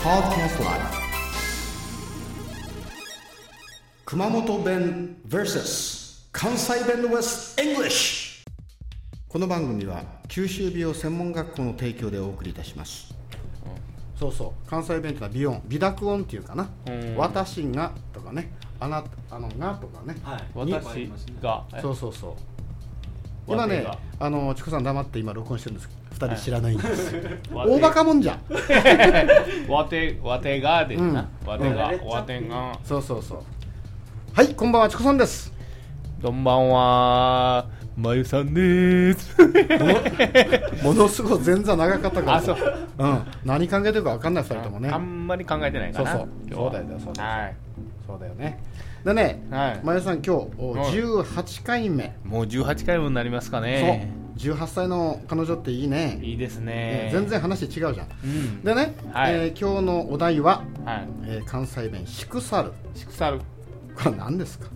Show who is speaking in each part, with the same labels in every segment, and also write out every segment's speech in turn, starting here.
Speaker 1: Podcast Live 熊本弁 vs 関西弁 vs English この番組は九州美容専門学校の提供でお送りいたします、そうそう関西弁ってのは美音美濁音っていうかな「私が」とかね「あなあのが」とかね、
Speaker 2: はい、私が、え
Speaker 1: そうそうそう今ね
Speaker 2: わて
Speaker 1: あのチコさん黙って今録音してるんですけど2人知らないんですよ、
Speaker 2: が
Speaker 1: 大バカもんじゃん
Speaker 2: わてわてがですな、わてが
Speaker 3: うん
Speaker 2: わてが
Speaker 1: そうそうそうはいこんばんはチコさんです
Speaker 2: こんばんはまゆさんです
Speaker 1: ものすごい前座長かったから
Speaker 2: あそう、
Speaker 1: うん、何考えてるか分かんない2人ともね
Speaker 2: あんまり考えてないかな
Speaker 1: そうそう
Speaker 2: 今日は
Speaker 1: そうだよそうだ
Speaker 2: はい
Speaker 1: そうだよねでね、
Speaker 2: はい
Speaker 1: まゆさん今日お
Speaker 2: はい
Speaker 1: 18回目、
Speaker 2: もう18回分になりますかね
Speaker 1: そう18歳の彼女っていいね
Speaker 2: いいです
Speaker 1: ね
Speaker 2: ね
Speaker 1: 全然話違うじゃん
Speaker 2: うん
Speaker 1: でね、
Speaker 2: はい
Speaker 1: えー今日のお題は、
Speaker 2: はい
Speaker 1: えー関西弁「しくさる
Speaker 2: し腐る」
Speaker 1: これ何ですか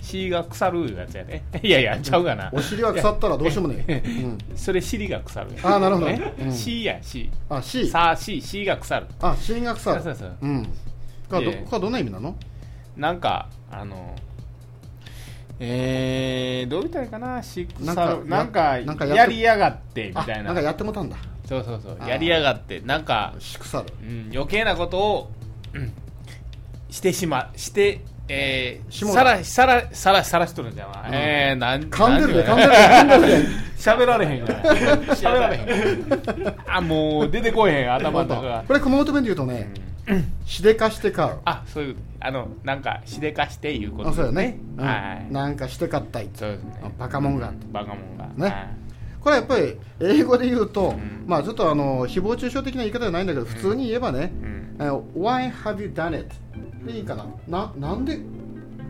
Speaker 2: しが腐るいうやつやね いやいやちゃうかな
Speaker 1: お尻は腐ったらどうしようもね え、うん、
Speaker 2: それ尻が腐る
Speaker 1: あーなるほど
Speaker 2: ね
Speaker 1: うん
Speaker 2: C や C
Speaker 1: あ C
Speaker 2: さあ C C が腐る
Speaker 1: あ C が腐る
Speaker 2: そうそうそう
Speaker 1: うんこれはど
Speaker 2: いえ
Speaker 1: これはどんな意味なの
Speaker 2: なんかあのえー、どう言ったらいいかなシック
Speaker 1: なん
Speaker 2: サ
Speaker 1: か
Speaker 2: ロなんか
Speaker 1: やなんかやっ
Speaker 2: や
Speaker 1: て
Speaker 2: りやがってみ
Speaker 1: あ
Speaker 2: たい
Speaker 1: な
Speaker 2: なん
Speaker 1: かやってもたんだ
Speaker 2: そうそうそ
Speaker 1: あー
Speaker 2: うやりやがってなんか、
Speaker 1: しくさる
Speaker 2: うん、余計なことを、うんしてしましてえ
Speaker 1: し
Speaker 2: ー、
Speaker 1: もう
Speaker 2: さらさらさらさらしとるんじゃん、えー、なん
Speaker 1: 噛んでるね
Speaker 2: な
Speaker 1: 噛ん
Speaker 2: て
Speaker 1: で
Speaker 2: い
Speaker 1: る
Speaker 2: う
Speaker 1: ね噛んでる
Speaker 2: か
Speaker 1: ね
Speaker 2: 喋られへ んから喋られへんあもう出てこえへん頭の中が
Speaker 1: これ熊 本弁で言うとね、しでかしてかう
Speaker 2: あそういうあのなんかしでかしていうこと
Speaker 1: あそうよね、うん
Speaker 2: はい
Speaker 1: なんかしてかったいって
Speaker 2: そうですね
Speaker 1: あバカもんが
Speaker 2: バカモンが
Speaker 1: ねこれやっぱり英語で言うと、まあちょっとあの誹謗中傷的な言い方じゃないんだけど普通に言えばね、
Speaker 2: ん
Speaker 1: えー Why have you done it? でいいかなななんで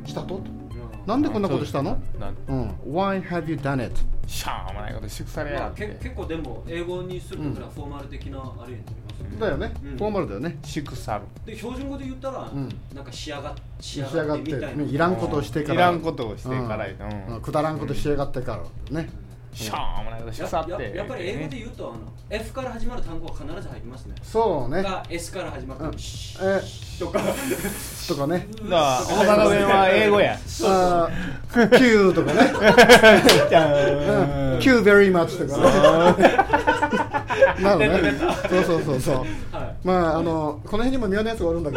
Speaker 1: したとなんでこんなことしたの
Speaker 2: なん
Speaker 1: うん、Why have you done it?
Speaker 2: しゃーもないことしくされや
Speaker 3: ま
Speaker 2: が
Speaker 3: あ、
Speaker 2: っ
Speaker 3: け
Speaker 2: て
Speaker 3: 結構でも英語にするとフォーマル的なあれになりますよね
Speaker 1: だよね、
Speaker 3: うん
Speaker 1: フォーマルだよね
Speaker 2: しくさる
Speaker 3: で標準語で言ったら、
Speaker 1: ん
Speaker 3: なんか仕上がっ
Speaker 1: 仕
Speaker 3: 仕
Speaker 1: 上がって
Speaker 3: みたいな
Speaker 1: ねいらんことをしてから
Speaker 2: いらんことをしてからや
Speaker 1: うん
Speaker 2: うん
Speaker 1: くだらんことしやがってからね、
Speaker 2: しゃーもないことしくさっ
Speaker 3: や
Speaker 2: て
Speaker 3: ややっぱり英語で言うとあの F から始まる単語は必ず入りますね
Speaker 1: そうね
Speaker 3: が S から始まる
Speaker 1: う
Speaker 3: 単
Speaker 1: ん
Speaker 3: 語シ
Speaker 1: え
Speaker 3: ーとか
Speaker 1: とかね
Speaker 2: だから大阪の弁は英語や
Speaker 1: あー Q とかね
Speaker 2: じゃーん
Speaker 1: Q very much とかね。なのね。そうそうそうそう。
Speaker 3: は
Speaker 1: まああのこの辺にも妙なやつがおるんだけ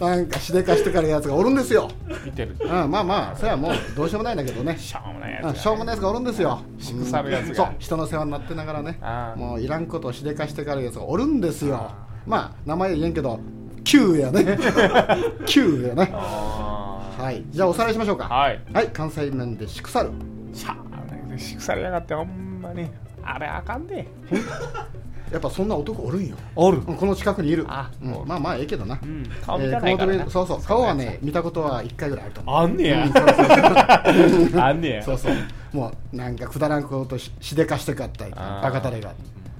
Speaker 1: ど、なんかしでかしてからやつがおるんですよ。
Speaker 2: 見てる
Speaker 1: うんまあまあそれはもうどうしようもないんだけどね。
Speaker 2: しゃーもないやつ
Speaker 1: う
Speaker 2: や
Speaker 1: んしょうもないやつがおるんですよ。
Speaker 2: しくさるやつが
Speaker 1: そう人の世話になってながらね
Speaker 2: あ。ー
Speaker 1: もういらんことをしでかしてからやつがおるんですよ。まあ名前は言えんけど Q や ね。Q やね。
Speaker 2: あ
Speaker 1: はい。じゃあおさらいしましょうか。
Speaker 2: ーはい
Speaker 1: はい関西弁でしくさる。
Speaker 2: しゃーもないことしくされやがってほんまにあれあかんで
Speaker 1: やっぱそんな男おるんよ。
Speaker 2: おる
Speaker 1: うんこの近くにいる。
Speaker 2: あ
Speaker 1: うん
Speaker 2: おる
Speaker 1: まあまあええけどな。
Speaker 2: うん顔見たない
Speaker 1: えー熊
Speaker 2: から
Speaker 1: 本弁
Speaker 2: な
Speaker 1: そうそう顔はね見たことは1回ぐらいあると思う
Speaker 2: あんねや あんねや
Speaker 1: そうそうもうなんかくだらんことししでかしてかったり
Speaker 2: あー
Speaker 1: バカたれが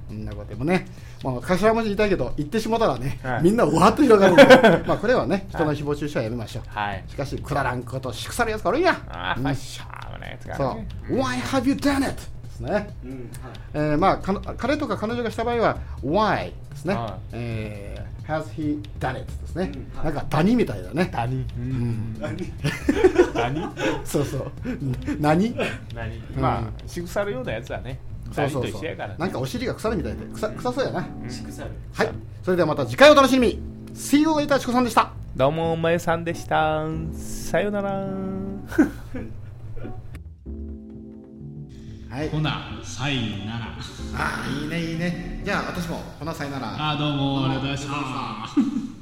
Speaker 1: そんなことでもね、まあ、頭文字言いたいけど言ってしもたらね、
Speaker 2: はい
Speaker 1: みんなわーっと広がるん でまあこれはね人の誹謗中傷はやめましょう、
Speaker 2: はい
Speaker 1: しかしくだらんことしくさるやつがおるんや
Speaker 2: あ
Speaker 1: うん
Speaker 2: あしゃーもないやつ
Speaker 1: そ
Speaker 2: がね
Speaker 1: う「Why have you done it?」ですね
Speaker 3: い、うんはい
Speaker 1: えーまあ、かの彼とか彼女がした場合は「Why」ですね
Speaker 2: はい
Speaker 1: 「えー Has he done it?」ですね、
Speaker 3: うんはい
Speaker 1: なんかダニみたいだね
Speaker 2: 何何
Speaker 1: そうそう何
Speaker 2: 何まあしぐさるようなやつはね
Speaker 1: そ
Speaker 2: 二
Speaker 1: うそ
Speaker 2: 人
Speaker 1: う
Speaker 2: と
Speaker 1: そ
Speaker 2: 一緒や
Speaker 1: う
Speaker 2: からね
Speaker 1: なんかお尻が腐るみたいで臭臭そうやなは
Speaker 3: しくさる
Speaker 1: いそれではまた次回お楽しみに See you later チコさんでした
Speaker 2: どうもお前さんでしたさよなら
Speaker 1: はい
Speaker 4: ほな、サインなら。
Speaker 1: ああいいねいいねじゃあ私もこの際なら
Speaker 4: あ、どうも、ありがとうございました。